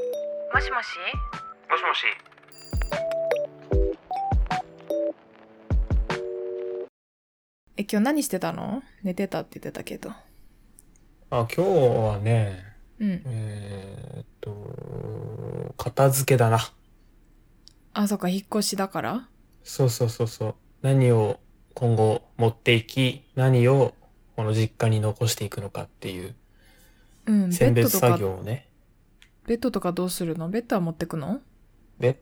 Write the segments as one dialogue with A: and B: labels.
A: しもし
B: もしもし。
A: え今日何してたの寝てたって言ってたけど
B: あ、今日はね、
A: うん
B: えーっと、片付けだな。
A: あそっか引っ越しだから
B: そうそうそうそう。何を今後持っていき、何をこの実家に残していくのかっていう
A: うんベ
B: 選
A: ッド
B: 別
A: と
B: 作
A: か
B: 業をね。
A: ベッドとかどうするのベッドは持ってくの
B: ベッ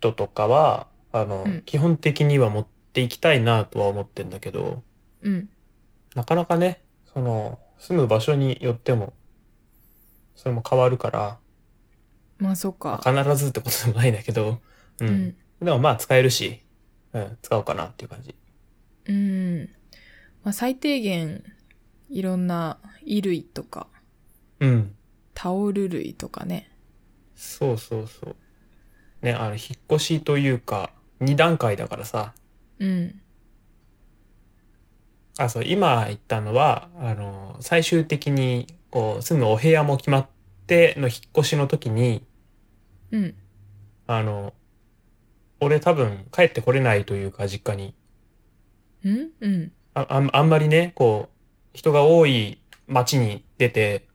B: ドとかは、あの、
A: うん
B: 基本的には持っていきたいなとは思ってんだけど、
A: うん
B: なかなかね、その、住む場所によっても、それも変わるから、
A: まあそっか
B: 必ずってことでもないんだけど、う。
A: うんん
B: でもまあ使えるし、うん、使おうかなっていう感じ。
A: うんまあ最低限いろんな衣類とか
B: うん。
A: タオル類とかね
B: そうそうそう。ね、あの、引っ越しというか、2段階だからさ。
A: うん
B: あ、そう、今言ったのは、あの、最終的に、こう、住むお部屋も決まっての引っ越しの時に、
A: うん
B: あの、俺多分帰ってこれないというか、実家に。
A: うんうん
B: あ、あんあんまりね、こう、人が多い街に出て、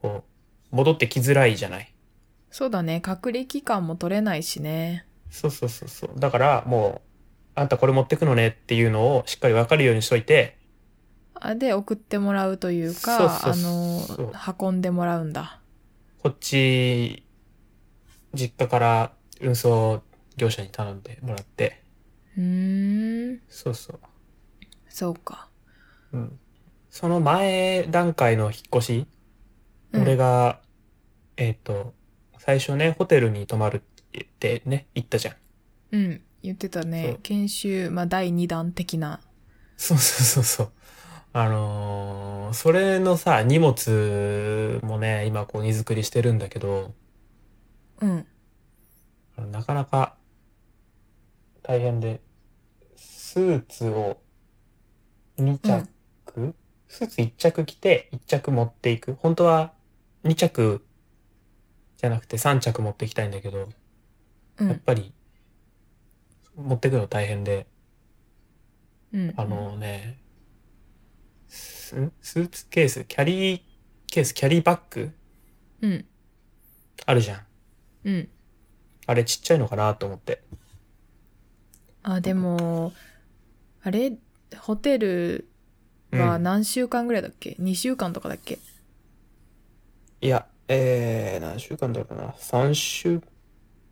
B: こう、戻ってきづらいじゃない。
A: そうだね隔離期間も取れないしね
B: そうそうそうそう。だから、もう、あんたこれ持ってくのねっていうのをしっかりわかるようにしといて、
A: あで送ってもらうという
B: そ
A: か
B: う
A: あ
B: そう
A: の
B: そう
A: 運んでもらうんだ
B: こっち、実家から運送業者に頼んでもらって、
A: うーん
B: そうそう。
A: そうか、
B: うん。その前段階の引っ越し、
A: うん
B: 俺が、えっ、と、最初ね、ホテルに泊まるってね、言ったじゃん。
A: うん言ってた
B: そ
A: ね
B: う
A: 研修、まあ、第2弾的な
B: そうそうそうそう。あのーそれのさ、荷物もね、今こう荷造りしてるんだけど、
A: うん
B: なかなか大変で、スーツを2着、スーツ1着着て1着持っていく。本当は2着じゃなくて3着持っていきたいんだけど、
A: う
B: やっ
A: ん
B: ぱり持ってくの大変で、
A: うん
B: あのね、ススーツケース、キャリーケース、キャリーバッグ
A: うん
B: あるじゃん。
A: うん
B: あれちっちゃいのかなと思って。
A: あでもあれホテルは
B: うん
A: 何週間ぐらいだっけ、2週間とかだっけ
B: いや、えー、何週間だろうな。3週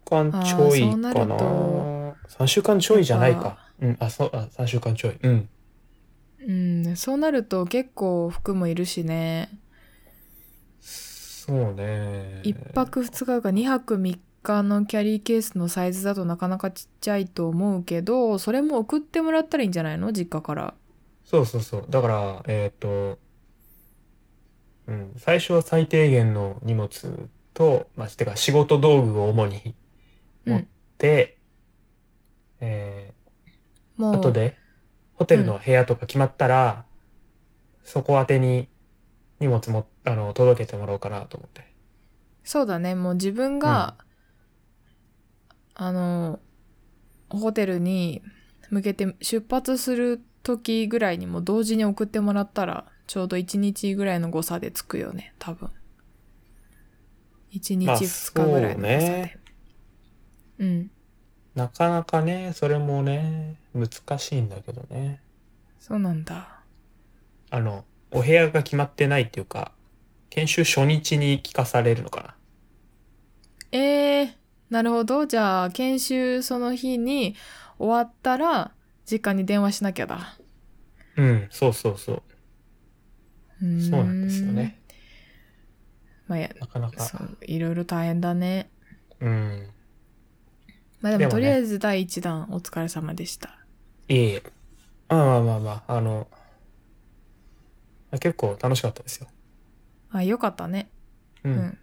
B: 間
A: あー
B: ちょい
A: そうなる
B: かな。
A: と
B: 3週間ちょいじゃない
A: やっ
B: か。うん、あ、そう、あ、3週間ちょい。うん。
A: うんそうなると結構服もいるしね
B: そうね。
A: 1泊2日か2泊3日のキャリーケースのサイズだとなかなかちっちゃいと思うけどそれも送ってもらったらいいんじゃないの実家から
B: そうそうそう。だから、えーっと、うん、最初は最低限の荷物と、まあ、てか仕事道具を主に
A: うん
B: 持って、えー、
A: も
B: 後
A: う
B: で、ホテルの部屋とか決まったら、そこ宛てに荷物も、あの、届けてもらおうかなと思って。
A: そうだねもう自分が、あのホテルに向けて出発する時ぐらいにも同時に送ってもらったらちょうど1日ぐらいの誤差で着くよね多分1日
B: まあ
A: 2日ぐらいの誤差で、
B: そうね
A: うん
B: なかなかね、それもね、難しいんだけどね。
A: そうなんだ
B: あの、お部屋が決まってないっていうか、研修初日に聞かされるのか
A: えー、なるほどじゃあ研修その日に終わったら実家に電話しなきゃだ
B: な。うん、そうそうそう。
A: うー
B: そうなんですよね。
A: まあいや
B: なかなか
A: そ。ういろいろ大変だね
B: うん。
A: まあでも
B: でもね
A: とりあえず第1弾お疲れ様でした
B: いえいえ。まあまあまあまあ、あの、結構楽しかったですよ。
A: あよかったね
B: う。
A: うんん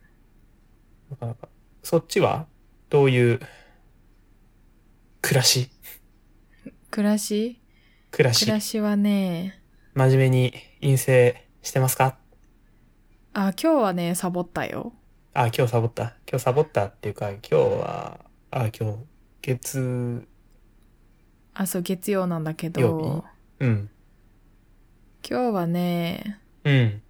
B: なかなか。そっちはどういう、暮らし
A: 暮らし
B: 暮らし
A: 暮らしはね
B: 真面目に陰性してますか
A: あ今日はねサボったよ
B: あ、今日サボった。今日サボったっていうか、今日は、あ、今日、月、
A: あそう月曜なんだけ
B: 曜
A: ど
B: うん、
A: 今日はね、
B: うん、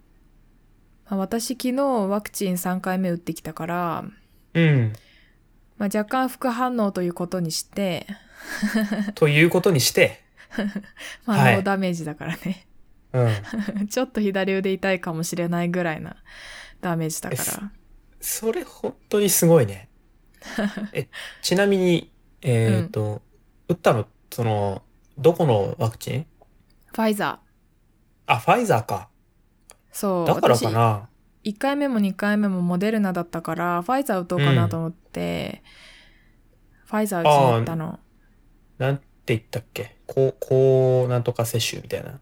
A: まあ私昨日ワクチン3回目打ってきたから、
B: うん、
A: まあ、若干副反応ということにして、
B: ということにして、
A: ま
B: は
A: あ、
B: い
A: ノーダメージだからね、
B: うん、
A: ちょっと左腕痛いかもしれないぐらいなダメージだから
B: それ本当にすご いね。え、ちなみに、えっ、と、打ったの、その、どこのワクチン
A: ファイザ
B: あ、ファイザーか。
A: ーそう
B: だからか
A: 私
B: な。
A: 1回目も2回目もモデルナだったからファイザー打とうかなと思って、ファイザー打ちに行ったの
B: なんて言ったっけこう、こう、なんとか接種みたいな。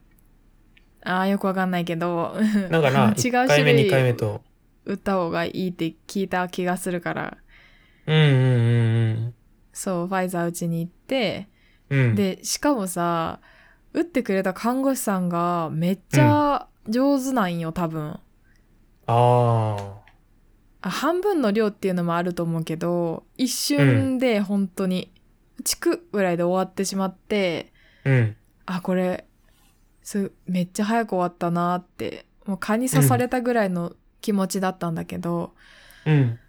A: あーよくわかんないけど
B: なんかな、
A: 違
B: 1
A: う
B: 回
A: 種
B: 目、
A: 類
B: 2回目と。
A: 打った方がいいって聞いた気がするから
B: うんうんうん
A: そうファイザー打ちに行って
B: うん。うん。
A: でしかもさ打ってくれた看護師さんがめっちゃ上手なんよ多分
B: あ
A: あ半分の量っていうのもあると思うけど一瞬で本当にチクッぐらいで終わってしまって
B: あ。うん。
A: あこれすめっちゃ早く終わったなってもう蚊に刺されたぐらいの気持ちだったんだけど、
B: うん。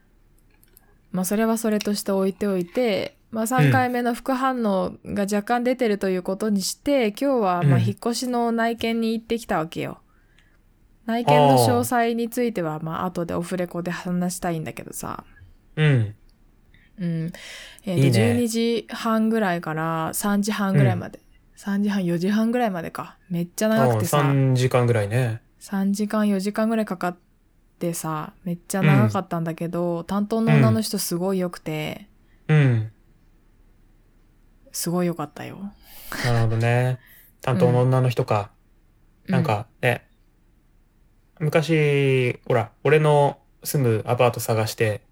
A: まあそれはそれとして置いておいて、まあ、3回目の副反応が若干出てるということにして、今日はまあ
B: うん
A: 引っ越しの内見に行ってきたわけよ。内見の詳細についてはまあ後でオフレコで話したいんだけどさ、
B: うん。
A: うんえー
B: いい
A: と
B: ね
A: 12時半ぐらいから3時半ぐらいまで、3時半4時半ぐらいまでかめっちゃ長くてさ、
B: 3時間ぐらいね。
A: 3時間4時間ぐらいかかってさめっちゃ長かったんだけど、担当の女の人すごい良くて、
B: うん。
A: すごい良かったよ。
B: なるほど ね。担当の女の人か。なんかね、昔、ほら、俺の住むアパート探して、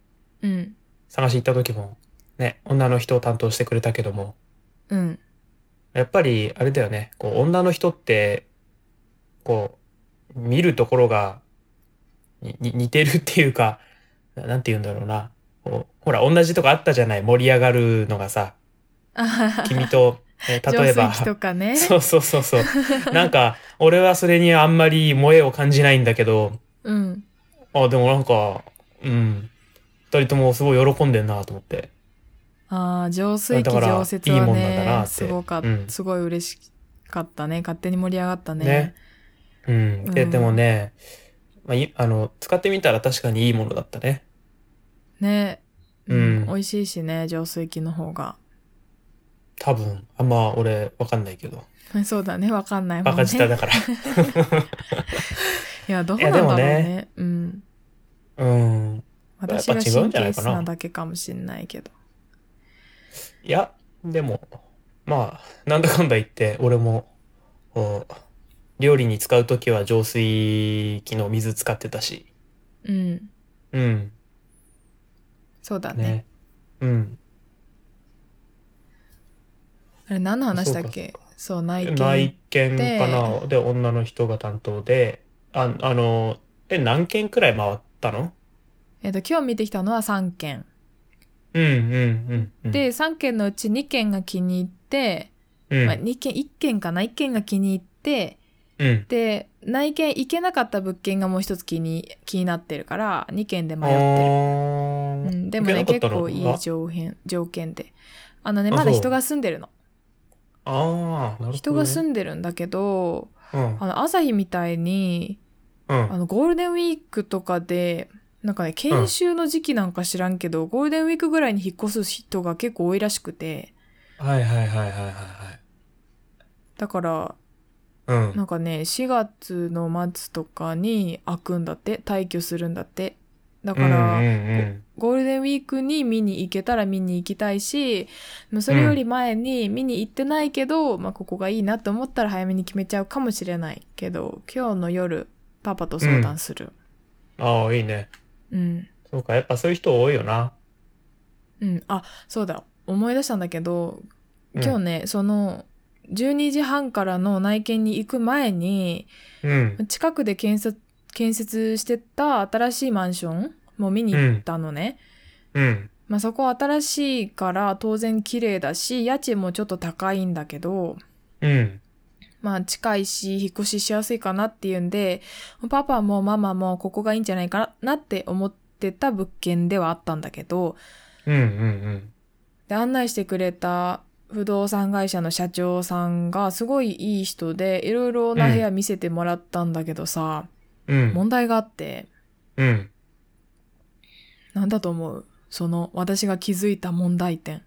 A: うん、うん、
B: 探し行った時も、ね、女の人を担当してくれたけども、
A: うん、
B: やっぱり、あれだよね、こう、女の人って、こう、見るところが、にに似てるっていうか、ななんて言うんだろうな。こうほら、同じとこあったじゃない、盛り上がるのがさ、君と、ね、例え
A: 浄、
B: ば
A: 水器とかね。
B: そうそうそうそう。なんか、俺はそれにあんまり萌えを感じないんだけど、
A: うん、
B: あ、でもなんか、うん。二人ともすごい喜んでんなと思って。
A: ああ浄水器
B: だから
A: 常設はい
B: いもんなんだな
A: ね
B: って
A: すごか、
B: うん
A: すごい嬉しかったね勝手に盛り上がったね
B: ねうん。で、
A: うん
B: でもね、まあ、いあの、使ってみたら確かにいいものだったね。
A: ね
B: うん
A: 美味しいしね浄水器の方が
B: 多分。あんま俺、わかんないけど。
A: そうだねわかんないも
B: バ
A: ん
B: カ
A: ね
B: 舌だから。
A: いやどうなんだろう
B: いや
A: ね
B: でも
A: うん
B: うん。やっ
A: 私
B: ぱ
A: が
B: 違う
A: 神
B: んじゃな
A: 経
B: い
A: 質
B: かな
A: なだけかもしんないけど
B: いや、でも、まあ、なんだかんだ言って、俺も、こう料理に使うときは浄水器の水使ってたし。
A: うん
B: うん。
A: そうだね
B: ね。うん。
A: あれ何の話だっけそう内見
B: 内見かなで女の人が担当でああのえ何件くらい回ったの
A: えっと今日見てきたのは3件
B: うんうんうんうん
A: で3件のうち2件が気に入って
B: うん
A: まあ、2件1件かな1件が気に入って
B: うん
A: で内見行けなかった物件がもう一つ気に気になってるから2件で迷って
B: あ
A: る、う
B: ー
A: ん、でもね
B: 行
A: 結
B: けなかったの
A: 構いい条件条件であのねま
B: あ
A: だ
B: そう
A: 人が住んでるの
B: あーなるほどね
A: 人が住んでるんだけど
B: うん
A: あの朝日みたいに
B: うん
A: あのゴールデンウィークとかでなんかね研修の時期なんか知らんけど、ゴールデンウィークぐらいに引っ越す人が結構多いらしくて
B: はいはいはいはいはいはい
A: だから
B: うん
A: なんかね4月の末とかに開くんだって退去するんだってだか
B: うん
A: ら
B: うん
A: ゴールデンウィークに見に行けたら見に行きたいしもうそれより前に見に行ってないけど、まあ、ここがいいなと思ったら早めに決めちゃうかもしれないけど今日の夜パパと相談する
B: うん、ああいいね
A: うん
B: そうかやっぱそういう人多いよな
A: うん、あそうだ思い出したんだけど
B: うん
A: 今日ね、その12時半からの内見に行く前に
B: うん
A: 近くで建設建設してた新しいマンションも見に行ったのね。
B: うん。
A: まあそこ新しいから当然綺麗だし、家賃もちょっと高いんだけど、
B: うん。
A: まあ近いし、引っ越ししやすいかなっていうんで、パパもママもここがいいんじゃないかなって思ってた物件ではあったんだけど、
B: うん。うん。
A: で、案内してくれた不動産会社の社長さんがすごいいい人で、いろいろな部屋見せてもらったんだけどさ、
B: うん。
A: 問題があって、
B: うん。
A: なんだと思うその私が気づいた問題点。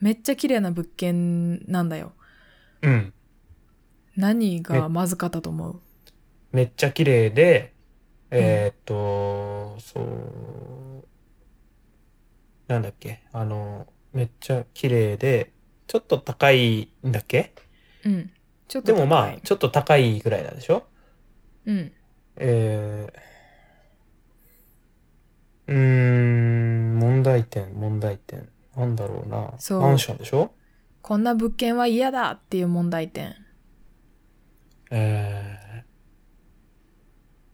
A: めっちゃ綺麗な物件なんだよ。
B: うん。
A: 何がまずかったと思う
B: めっちゃ綺麗で、えーっと、そう、なんだっけ、あの、めっちゃ綺麗で、ちょっと高いんだっけ
A: うん。ちょっと
B: で
A: 高い
B: もまあ、ちょっと高いぐらいなんでしょ
A: うん。
B: えー、うーん、問題点、問題点。なんだろうな。
A: そう
B: マンションでしょ
A: こんな物件は嫌だっていう問題点。
B: え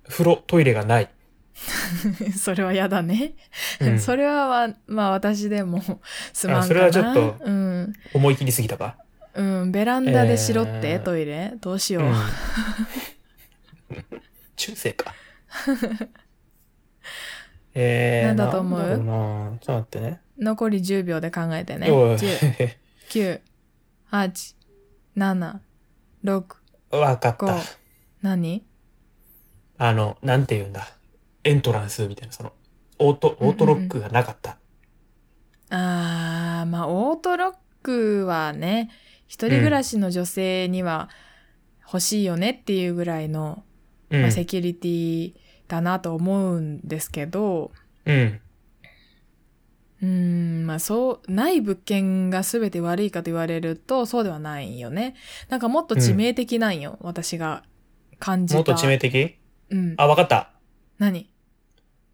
B: ー、風呂、トイレがない。
A: それは嫌だね。
B: う ん
A: それはわ、まあ私でもすまんかな。
B: あそれはちょっと
A: うん。
B: 思い切りすぎたか。
A: うん。ベランダでしろって、
B: えー
A: トイレどうしよう。
B: うん 中世か。えー、
A: なんだと思う
B: なんだろうなちょっと待ってね。
A: 残り10秒で考えてね。
B: おい
A: 10、9、8、7、6、
B: わかった
A: こ。何
B: あの、なんて言うんだ。エントランスみたいな、その、オート、オートロックがなかった。
A: あー、まあ、オートロックはね、一人暮らしの女性には欲しいよねっていうぐらいの、
B: うん。
A: まあ、セキュリティだなと思うんですけど、
B: うん。
A: うーん、まあ、そう、ない物件が全て悪いかと言われると、そうではないよね。なんかもっと致命的なんよ、私が感じた。
B: もっと致命的
A: うん。
B: あ、わかった。
A: 何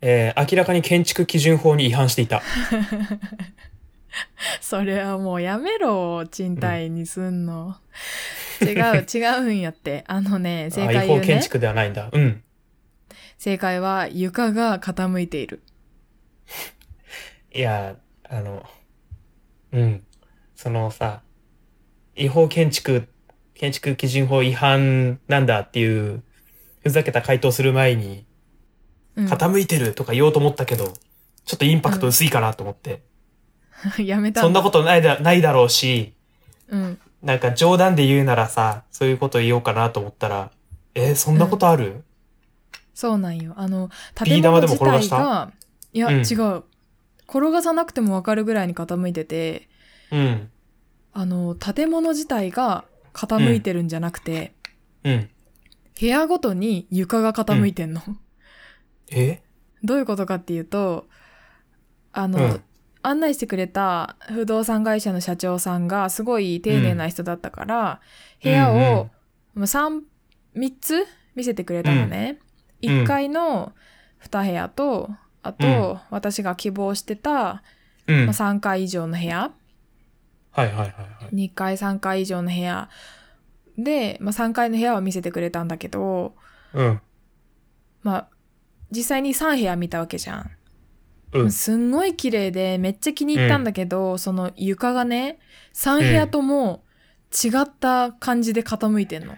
B: えー、明らかに建築基準法に違反していた。
A: それはもうやめろ、賃貸にすん の。違う、違うんやって。あのね、正
B: あ違
A: 解言う
B: 法建
A: ね。
B: 築ではないんだ。うん。
A: 正解は床が傾いている。
B: いや、あの、うん。そのさ、違法建築、建築基準法違反なんだっていう、ふざけた回答する前に、
A: うん、
B: 傾いてるとか言おうと思ったけど、ちょっとインパクト薄いかなと思って。
A: やめた
B: そん
A: だ
B: なことないだ、ないだろうし、
A: うん。
B: なんか冗談で言うならさ、そういうこと言おうかなと思ったら、えーそんなことある、
A: そうなんよ。あの、
B: ビ
A: 建
B: ー玉
A: 物
B: でも
A: 自
B: 転が
A: 体
B: した
A: が、いや、
B: うん
A: 違う。転がさなくてもわかるぐらいに傾いてて、
B: うん。
A: あの、建物自体が傾いてるんじゃなくて、
B: うん。
A: 部屋ごとに床が傾いてんの。
B: え
A: どういうことかっていうと、あ
B: う
A: の、
B: ん。
A: 案内してくれた不動産会社の社長さんがすごい丁寧な人だったから、部屋
B: うん
A: をまあ3、3つ見せてくれたのね。
B: うん
A: 1階の2部屋と、あ
B: う
A: と私が希望してた、
B: うん。うん
A: まあ、3階以上の部屋、
B: はいはいはいはい。
A: 2階、3階以上の部屋で、まあ、3階の部屋を見せてくれたんだけど、
B: うん。
A: まあ、実際に3部屋見たわけじゃん。
B: うん。
A: すんごい綺麗でめっちゃ気に入ったんだけど、その床がね3部屋とも違った感じで傾いてんの、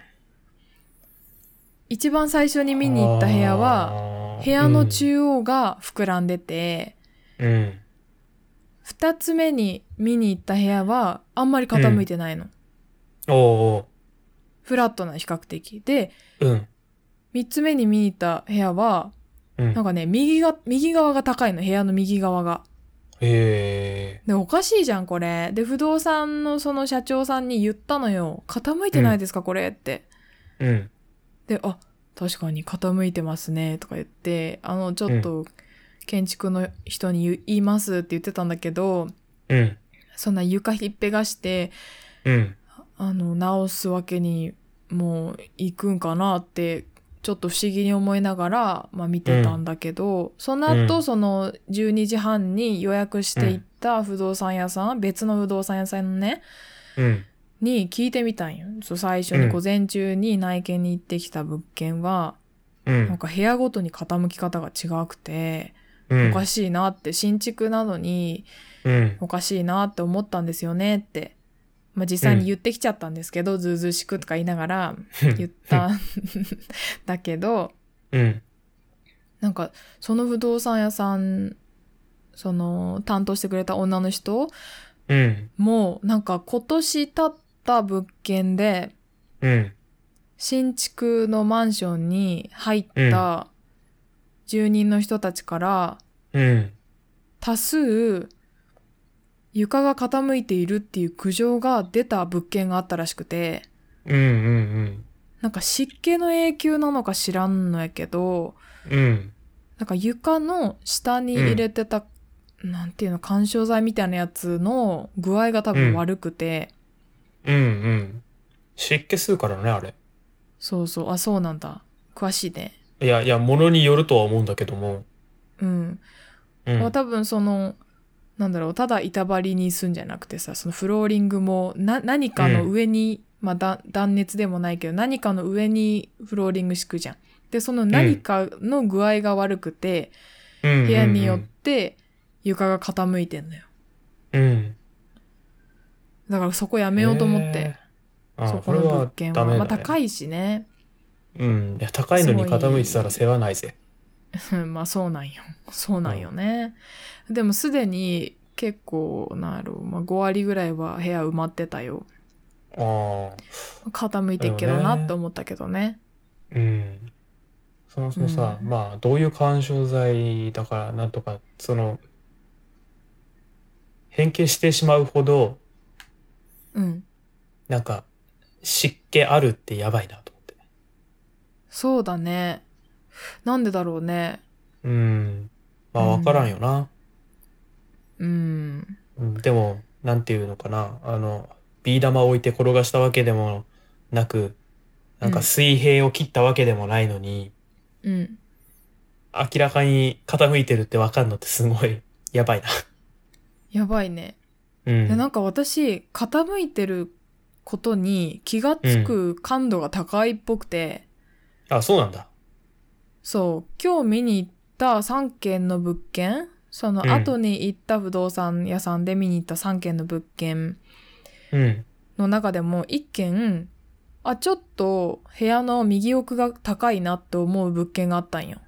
A: 一番最初に見に行った部屋は
B: は
A: 部屋の、中央が膨らんでて、
B: うんうん
A: 二2つ目に見に行った部屋はあんまり傾いてないの、
B: おう
A: フラットな比較的で
B: おううん。
A: 3つ目に見に行った部屋は
B: うん。
A: なんかね右が右側が高いの部屋の右側が
B: へ
A: で、おかしいじゃん、これ。で、不動産のその社長さんに言ったのよ。傾いてないですか、これって。
B: え。うん。
A: で、あ、確かに傾いてますね、とか言って、あの、ちょっと、建築の人に言う言いますって言ってたんだけど、
B: うん。
A: そんな床ひっぺがして、
B: うん。
A: あの、直すわけにもう行くんかなって、ちょっと不思議に思いながら、まあ見てたんだけど、その後、
B: うん
A: その12時半に予約していった不動産屋さん、別の不動産屋さんのね、
B: うん。
A: に聞いてみたんよ。そう最初に
B: うん
A: 午前中に内見に行ってきた物件は、
B: う
A: なん
B: ん。
A: か部屋ごとに傾き方が違くて、
B: うん。
A: おかしいなって、新築なのに
B: うん。
A: おかしいなって思ったんですよねって、まあ、実際に言ってきちゃったんですけど、ずうずうしくとか言いながら言った んだけど、
B: うん。
A: なんかその不動産屋さんその担当してくれた女の人
B: うん。
A: もなんか今年経った物件で
B: うん。
A: 新築のマンションに入った住人の人たちから
B: うん。
A: 多数床が傾いているっていう苦情が出た物件があったらしくて
B: うん。うん。
A: なんか湿気の影響なのか知らんのやけど
B: うん。
A: なんか床の下に入れてた、なんていうの緩衝材みたいなやつの具合が多分悪くて、
B: うん。うん。湿気吸うからね、あれ。
A: そうそうあそうなんだ詳しいね
B: いや、いや、ものによるとは思うんだけども。
A: うん、
B: うん。
A: まあ多分そのなんだろうただ板張りにすんじゃなくてさそのフローリングもな何かの上に、まあだ断熱でもないけど何かの上にフローリング敷くじゃん。でその何かの具合が悪くて、
B: 部
A: 部屋によって床が傾いてんのよ
B: うん。
A: だからそこやめようと思って。
B: えー。あ
A: そ
B: ーこ
A: こ
B: れ
A: の物
B: は
A: 件は、
B: ダメ
A: ま
B: だ、ね。
A: あ高
B: い。
A: いしね
B: うん。いや、高いのに傾いてたら世話ないぜ。
A: まあそうなんよそうなんよね、でもすでに結構なんやろう、まあ、5割ぐらいは部屋埋まってたよ
B: ああ。
A: 傾いてっけどなって思ったけどね
B: うん。そもそもさ、
A: うん
B: まあ、どういう緩衝材だから、なんとか、その、変形してしまうほど、
A: うん
B: なんか、湿気あるってやばいなと思って。
A: そうだねなんでだろうね
B: うん。まあ、わからんよな。
A: うん
B: うんでも、なんていうのかな。あの、ビー玉置いて転がしたわけでもなく、なん
A: う
B: か
A: ん
B: 水平を切ったわけでもないのに、
A: うん
B: 明らかに傾いてるってわかんのってすごい、 やばいな。
A: やばいね、
B: うん。
A: でなんか私傾いてることに気がつく感度が高いっぽくて、
B: あ、そうなんだ。
A: そう今日見に行った3軒の物件その
B: うん
A: 後に行った不動産屋さんで見に行った3軒の物件
B: うん。
A: の中でも1軒あちょっと部屋の右奥が高いなって思う物件があったんよ。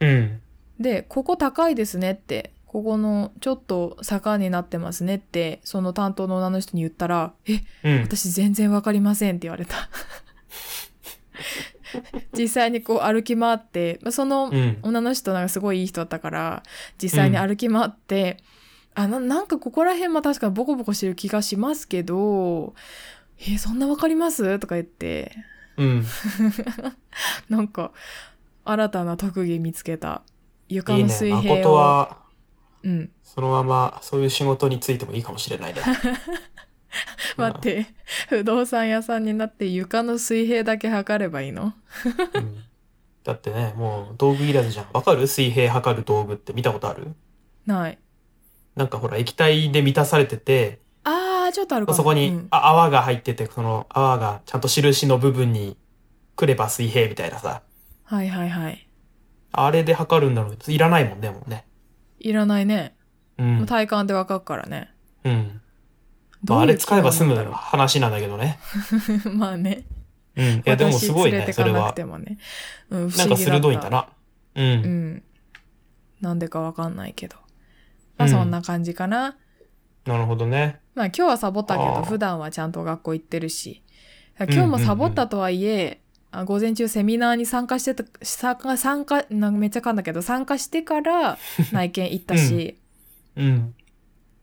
B: うん。
A: でここ高いですねってここのちょっと坂になってますねってその担当の女の人に言ったら「え
B: うん。
A: 私全然わかりませんって言われた 実際にこう歩き回ってまあその
B: うん。
A: 女の人なんかすごいいい人だったから実際に歩き回って、あななんかここら辺は確かにボコボコしてる気がしますけど「えそんなわかります?」とか言って
B: うん。
A: なんか新たな特技見つけた床
B: いい
A: の
B: ね。
A: 水平を
B: 誠は、
A: うん、
B: そのまま、そういう仕事についてもいいかもしれないね。
A: 待って不動産屋さんになって床の水平だけ測ればいいの
B: うん。だってね、もう道具いらずじゃん。わかる水平測る道具って見たことある
A: ない
B: なんかほら、液体で満たされてて、
A: あーちょっとあるかも
B: そこに、
A: うん
B: あ泡が入ってて、その泡がちゃんと印の部分に来れば水平みたいなさ。
A: はいはいはい
B: あれで測るんだろうけどいらないもんね、もうね。
A: いらないね、
B: う。
A: もうん体感でわかるからね
B: うん。まあ、あれ使えば済む話なんだけどね。
A: む まあね
B: うん。いや、でも
A: 私
B: すごい
A: 連れ
B: ね、
A: て
B: それ
A: かな
B: は
A: く。てもね。うん、不
B: なん
A: 思
B: か
A: 議だった
B: 鋭いんだな。う。
A: うんん。なんでかわかんないけど。まあ
B: うん
A: そんな感じかな。
B: なるほどね。
A: まあ今日はサボったけ
B: あ
A: ど、
B: ー
A: 普段はちゃんと学校行ってるし。今
B: ん
A: 日もサボったとはいえ、あ午前中セミナーに参加してた、参加、参加、なんかめっちゃ噛んだけど、参加してから内見行ったし、
B: うん。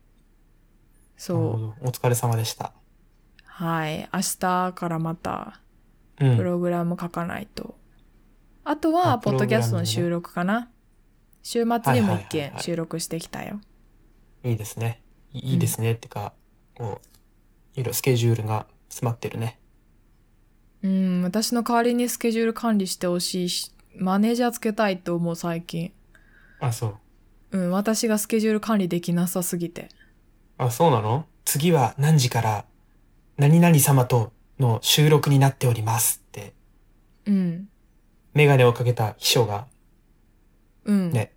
B: なるほ
A: そう。
B: どお疲れ様でした。
A: はい。明日からまた
B: う
A: プ
B: ん。
A: ログラム書かないと。あと
B: あ
A: は、
B: プ
A: ポ
B: ロ
A: ッド
B: グラムね
A: キャストの収録かな。週末にも一
B: はいはいはい
A: 件
B: はい
A: 収録してきたよ。
B: いいですね。いいいですね。ってか、こう、いろいろスケジュールが詰まってるね。
A: うん、私の代わりにスケジュール管理してほしいし、マネージャーつけたいと思う最近。
B: あ、そう。
A: うん、私がスケジュール管理できなさすぎて。
B: あ、そうなの次は何時から何々様との収録になっておりますって、
A: うん、
B: メガネをかけた秘書が
A: うん。
B: ね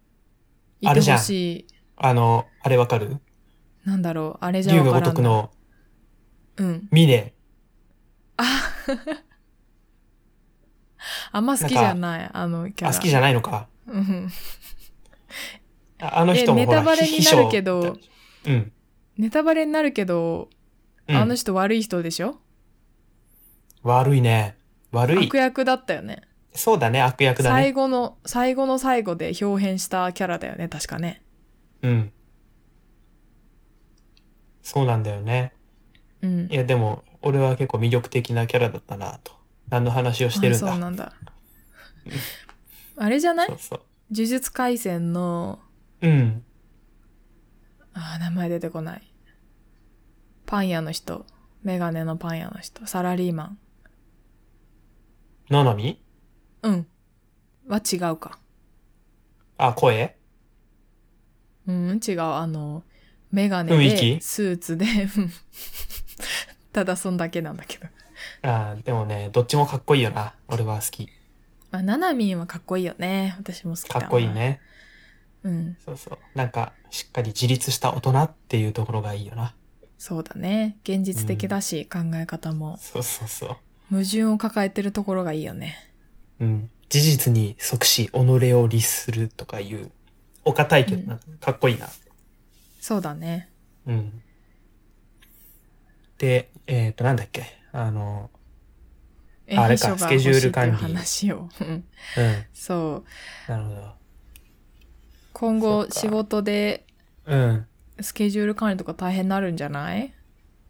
A: いてほしい。
B: あの、あれわかる
A: なんだろう、あれじゃ
B: 竜
A: わ
B: が
A: か
B: 如
A: ら
B: く
A: ん。
B: の
A: うん。
B: ミネ。
A: ああんま好きじゃない、あのキャ
B: あ、
A: ラ。
B: 好きじゃないのか。
A: うん。
B: ああの人
A: え
B: もほら、
A: ネタバレ
B: ひ
A: になるけど。
B: 秘書みたいな
A: ネタバレになるけど、
B: うん。
A: あ
B: あ
A: の
B: の
A: 人悪い人でしょ
B: 悪いね。悪い
A: 悪。役だったよね
B: そうだね、悪役だ
A: 最
B: ね。
A: 後の、最後の最後で表変したキャラだよね、確かね。
B: うん。そうなんだよね。
A: うん
B: い。や、でも、俺は結構魅力的なキャラだったなと。何の話をしてるん
A: あ
B: だ。
A: そうなんだ。あれじゃない
B: そう
A: 呪
B: そう。
A: 術廻戦の、
B: うん。
A: あー、名前出てこない。パン屋の人。メガネのパン屋の人。サラリーマン。
B: ななみ
A: うん。は違うか。
B: あ、声
A: うん、違う。あの、メガネ
B: 雰囲
A: で、
B: 気
A: スーツで、 うんただそんだけなんだけど。
B: あでもね、どっちもかっこいいよな。俺は好き。
A: まあ、ナナミンはかっこいいよね。私も好きだ
B: か
A: な
B: っこいい。ね。
A: うん。
B: そうそう。なんか、しっかり自立した大人っていうところがいいよな。
A: そうだね。現実的だし、考え方も。
B: そうそうそう。
A: 矛盾を抱えてるところがいいよね。
B: うん。事実に即し、己を律するとかいう、お堅いけどな、かっこいいな。
A: そうだね。
B: うん。で、えっ、と、なんだっけ。あの、
A: え
B: あれか
A: 秘書が
B: スケジュール管理
A: 欲しいっていう話を。うん
B: うん。
A: そう。
B: なるほど。
A: 今
B: そ
A: 後
B: うか
A: 仕事で
B: うん。
A: スケジュール管理とか大変になるんじゃない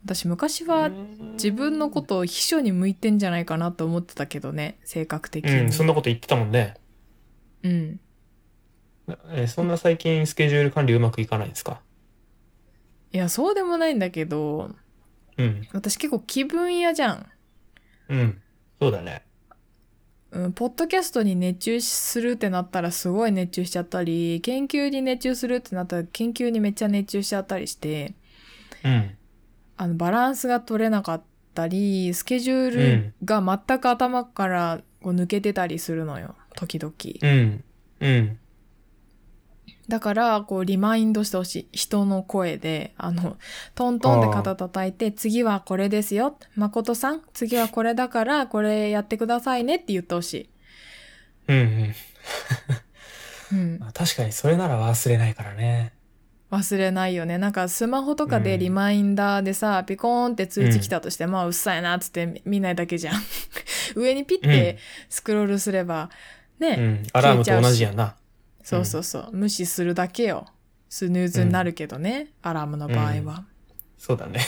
A: 私昔は自分のことを秘書に向いてんじゃないかなと思ってたけどね、性格的に。
B: うん、そんなこと言ってたもんね。
A: うん
B: えーそんな最近スケジュール管理うまくいかないんですか
A: いや、そうでもないんだけど、
B: うん。
A: 私結構気分屋じゃん。
B: うん。そうだね。
A: うん、ポッドキャストに熱中するってなったらすごい熱中しちゃったり研究に熱中するってなったら研究にめっちゃ熱中しちゃったりして
B: うん。
A: あのバランスが取れなかったりスケジュールが全く頭からこう抜けてたりするのよ時々
B: うん。うん。
A: だからこうリマインドしてほしい人の声であのトントンで肩叩いて次はこれですよ誠さん次はこれだからこれやってくださいねって言ってほしい、
B: うん。
A: う
B: うん
A: ん、
B: まあ。確かにそれなら忘れないからね。
A: 忘れないよねなんかスマホとかでリマインダーでさ、ピコーンって通知来たとして、まあうっさいなっつって見ないだけじゃん 上にピッてスクロールすれば、ね、
B: うん。アラームと同じやんな。
A: そうそうそう無視するだけよスヌーズになるけどね、アラームの場合は
B: そうだね。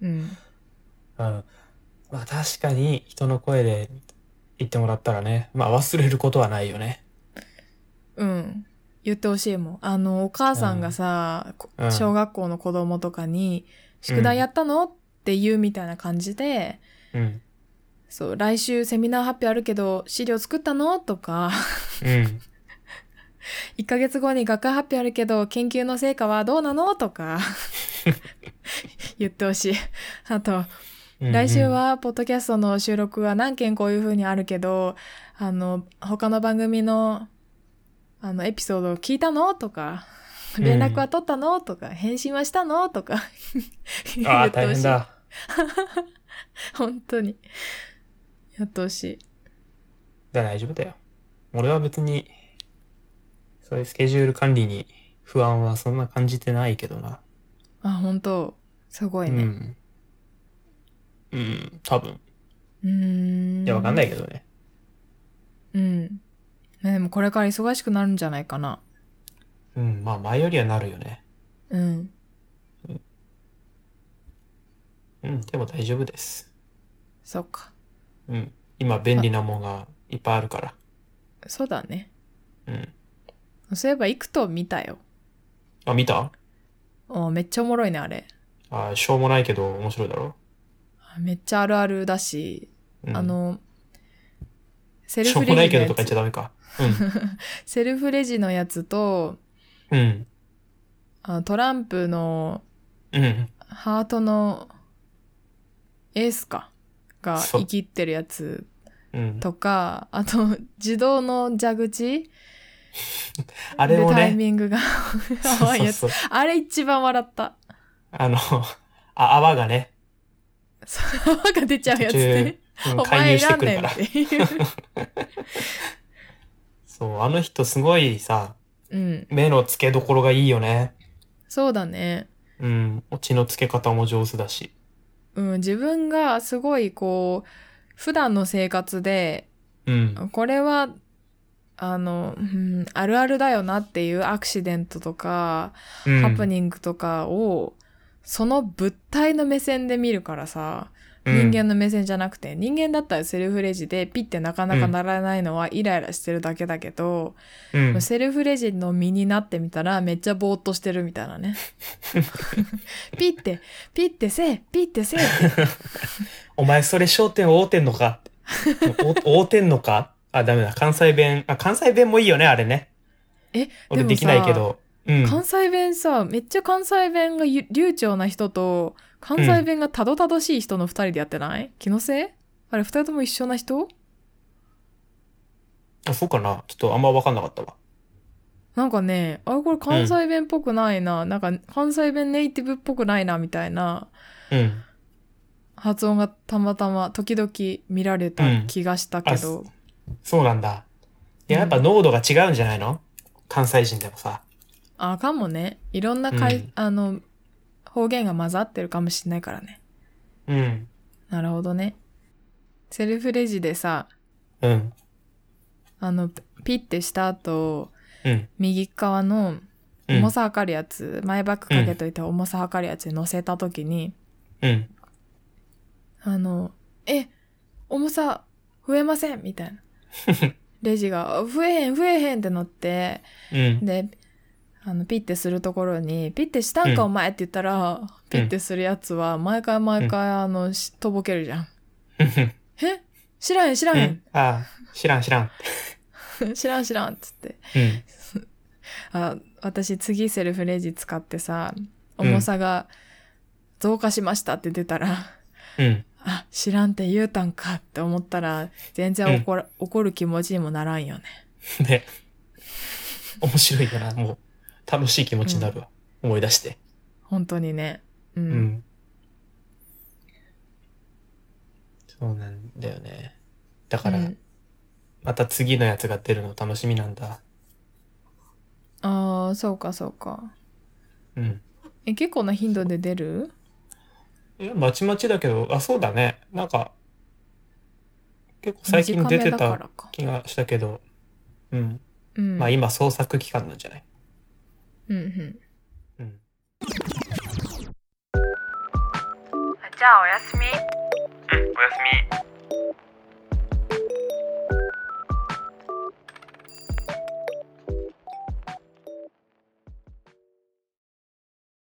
A: うん、
B: うん。まあ確かに人の声で言ってもらったらね、まあ忘れることはないよね。
A: うん、言ってほしいもんあのお母さんがさ、こ
B: うん
A: 小学校の子供とかに「宿題やったの?」って言うみたいな感じで
B: うん。
A: そう来週セミナー発表あるけど資料作ったのとか
B: うん。
A: 1ヶ月後に学科発表あるけど研究の成果はどうなのと か言ってほしい。あと、
B: うん
A: 来週、はポッドキャストの収録は何件こういう風にあるけど、あの、他の番組の、あの、エピソードを聞いたのとか、
B: うん
A: 連絡は取ったのとか、返信はしたのとか
B: うん
A: 言
B: ああ、
A: って
B: 大
A: ほ
B: 変
A: しい。
B: だ。
A: 本当に。やってほしい。
B: だから大丈夫だよ。俺は別に、そういうスケジュール管理に不安はそんな感じてないけどな。
A: あ、本当すごいうね。
B: ん。うん、多分。
A: うーん。
B: いや、わかんないけどね。
A: うん。ねでもこれから忙しくなるんじゃないかな。
B: うん、まあ前よりはなるよね。
A: うん。
B: うん、でも大丈夫です。
A: そっか。
B: うん。今便利なもんがいっぱいあるから。
A: そうだね。
B: うん。
A: そういえば、イクト見たよ。
B: あ、見た
A: おめっちゃおもろいね、あれ。
B: あ、しょうもないけど面白いだろ。
A: めっちゃあるあるだし、
B: うん、
A: あ、の、セル
B: しょ
A: フ
B: うもな
A: レ
B: い
A: ジ
B: け
A: のや
B: どとか言っちゃ
A: つ。
B: ダメか。うん。
A: セルフレジのやつと、
B: うん。
A: あのトランプの
B: うん。
A: ハートのエースかが
B: そう
A: 生きってるやつ
B: うん。
A: とか、あと、自動の蛇口
B: あれを
A: でタイ
B: ね、
A: ミングが 合わんやつ。
B: そうそうそう
A: あれ一番笑った。
B: あの、あ泡がね、
A: そう泡が出ちゃうやつね。
B: うん
A: お
B: 介
A: 前
B: 入して
A: 選ん
B: くる
A: ね
B: か
A: ん
B: ら
A: っ。ていう。
B: そう、あの人すごいさ、
A: うん。
B: 目の付けどころがいいよね。
A: そうだね。
B: うん、オチの付け方も上手だし。
A: うん、自分がすごいこう、普段の生活で、
B: うん。
A: これは、あの、うん、あるあるだよなっていうアクシデントとか、
B: うん
A: ハプニングとかを、その物体の目線で見るからさ、
B: うん
A: 人間の目線じゃなくて、人間だったらセルフレジでピッてなかなかならないのはイライラしてるだけだけど、
B: うん
A: セルフレジの身になってみたらめっちゃぼーっとしてるみたいな ね。ピッて、ピッてせえ、ピッてせえって。
B: お前それ商店を覆ってん のかお覆ってんのかあ、ダメだ。関西弁。あ、関西弁もいいよね、あれね。
A: え、 で
B: 俺
A: もさ
B: できないけど。うん。
A: 関西弁さ、めっちゃ関西弁がゆ流暢な人と、関西弁がたどたどしい人の二人でやってない、気のせいあれ二人とも一緒な人
B: あ、そうかな。ちょっとあんま分かんなかったわ。
A: なんかね、あれこれ関西弁っぽくないな、なんか関西弁ネイティブっぽくないなみたいな
B: うん。
A: 発音がたまたま時々見られた気がしたけど、
B: そうなんだ。いや、
A: う
B: やっ
A: ん
B: ぱ濃度が違うんじゃないの関西人でもさ。
A: あかもねいろんなかい、
B: うん
A: あの方言が混ざってるかもしれないからね
B: うん。
A: なるほどねセルフレジでさ
B: うん。
A: あのピッてした後
B: うん。
A: 右側の
B: うん
A: 重さ測るやつ、前バッグかけといて重さ測るやつに乗せた時に、
B: うん。
A: あの「え重さ増えません」みたい なレジが「増えへん増えへん」ってなって
B: うん。
A: であのピッてするところに「ピッてしたんか、
B: う
A: お
B: ん
A: 前」って言ったらピッてするやつは毎回毎回、あのしとぼけるじゃん。え知らん知らん、
B: うん。あ、知らん知らん。
A: 知らん知らんっつって
B: うん。
A: あ私次セルフレジ使ってさ
B: うん
A: 重さが増加しましたって出たら、
B: うん。
A: あ知らんって言うたんかって思ったら全然怒ら、怒る気持ちにもならんよね。
B: ね。面白いよな。もう、楽しい気持ちになるわ。思い出して。
A: 本当にね。う。
B: うんん。そうなんだよね。だから、
A: うん
B: また次のやつが出るの楽しみなんだ。
A: ああそうかそうか。
B: うん。
A: え結構な頻度で出る
B: いや、まちまちだけど、あ、そうだね。なんか、結構最近出
A: 短
B: て
A: めだか
B: た
A: らか
B: 気がしたけど、うん。
A: うん、
B: まあ今創作期間なんじゃない
A: うんうん
B: うん。
C: じゃあおやすみ。
D: うん、おやすみ。